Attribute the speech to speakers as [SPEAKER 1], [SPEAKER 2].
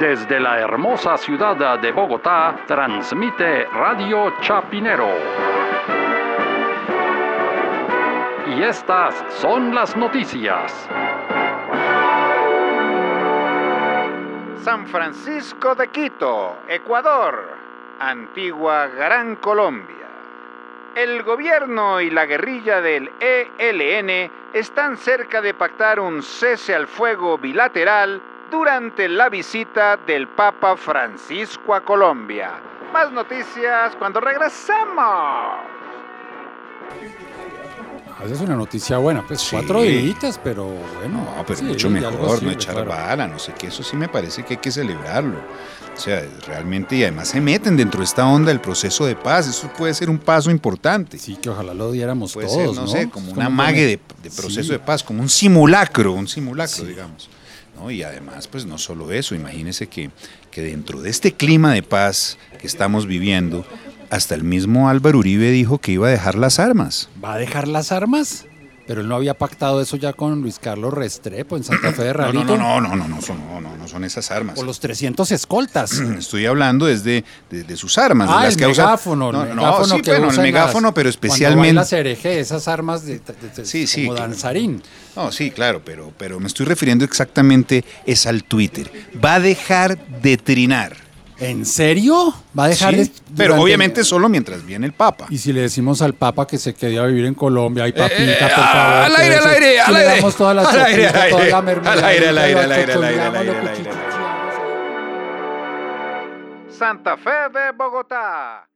[SPEAKER 1] Desde la hermosa ciudad de Bogotá, transmite Radio Chapinero. Y estas son las noticias.
[SPEAKER 2] San Francisco de Quito, Ecuador, antigua Gran Colombia. El gobierno y la guerrilla del ELN están cerca de pactar un cese al fuego bilateral durante la visita del Papa Francisco a Colombia. Más noticias cuando regresamos.
[SPEAKER 3] Esa es una noticia buena, pues
[SPEAKER 4] Sí.
[SPEAKER 3] cuatro deditas, pero bueno.
[SPEAKER 4] No, pero
[SPEAKER 3] sí,
[SPEAKER 4] mucho
[SPEAKER 3] de algo
[SPEAKER 4] mejor, no
[SPEAKER 3] sirve,
[SPEAKER 4] echar
[SPEAKER 3] claro.
[SPEAKER 4] bala, no sé qué, eso sí me parece que hay que celebrarlo. O sea, realmente, y además se meten dentro de esta onda del proceso de paz, eso puede ser un paso importante.
[SPEAKER 3] Sí, que ojalá lo diéramos
[SPEAKER 4] puede
[SPEAKER 3] Pues todos,
[SPEAKER 4] ser, no, sé, como un
[SPEAKER 3] una
[SPEAKER 4] amague de, de proceso de paz, como un simulacro, un simulacro, digamos. ¿no? Y además, pues no solo eso, imagínese que, que dentro de este clima de paz que estamos viviendo, hasta el mismo Álvaro Uribe dijo que iba a dejar las armas.
[SPEAKER 3] ¿Va a dejar las armas? Pero él no había pactado eso ya con Luis Carlos Restrepo en Santa Fe de
[SPEAKER 4] No, no,
[SPEAKER 3] Rarito.
[SPEAKER 4] no, no, no, no, no, son, no, no, no son esas armas.
[SPEAKER 3] O los 300 escoltas.
[SPEAKER 4] Estoy hablando es de, de- de sus armas,
[SPEAKER 3] Ah,
[SPEAKER 4] de las
[SPEAKER 3] el
[SPEAKER 4] que usa-
[SPEAKER 3] megáfono.
[SPEAKER 4] No,
[SPEAKER 3] el
[SPEAKER 4] no,
[SPEAKER 3] megáfono
[SPEAKER 4] sí,
[SPEAKER 3] que
[SPEAKER 4] bueno, el
[SPEAKER 3] usan
[SPEAKER 4] megáfono,
[SPEAKER 3] las-
[SPEAKER 4] pero
[SPEAKER 3] Cuando
[SPEAKER 4] especialmente.
[SPEAKER 3] las hereje, esas armas de, de- de-
[SPEAKER 4] Sí, sí,
[SPEAKER 3] como
[SPEAKER 4] claro.
[SPEAKER 3] danzarín.
[SPEAKER 4] No, sí, claro, pero, pero me estoy refiriendo exactamente es al Twitter. Va a dejar de trinar.
[SPEAKER 3] ¿En serio? ¿Va a dejar
[SPEAKER 4] ¿sí?
[SPEAKER 3] de-
[SPEAKER 4] Pero
[SPEAKER 3] durante-
[SPEAKER 4] obviamente solo mientras viene el Papa.
[SPEAKER 3] Y si le decimos al Papa que se quede a vivir en Colombia, ay papita,
[SPEAKER 4] Eh, eh,
[SPEAKER 3] por favor.
[SPEAKER 4] al aire,
[SPEAKER 3] que
[SPEAKER 4] al
[SPEAKER 3] se-
[SPEAKER 4] aire,
[SPEAKER 3] si
[SPEAKER 4] al
[SPEAKER 3] le
[SPEAKER 4] aire.
[SPEAKER 3] damos toda la
[SPEAKER 4] Al aire,
[SPEAKER 3] sopita,
[SPEAKER 4] al
[SPEAKER 3] toda
[SPEAKER 4] aire.
[SPEAKER 3] la mermeladita,
[SPEAKER 4] Al aire, al aire,
[SPEAKER 3] lo
[SPEAKER 4] al aire, al aire, al aire,
[SPEAKER 3] achuchuleamos,
[SPEAKER 4] al aire, al aire, al aire.
[SPEAKER 3] lo cuchicheamos.
[SPEAKER 2] Santa Fe de Bogotá,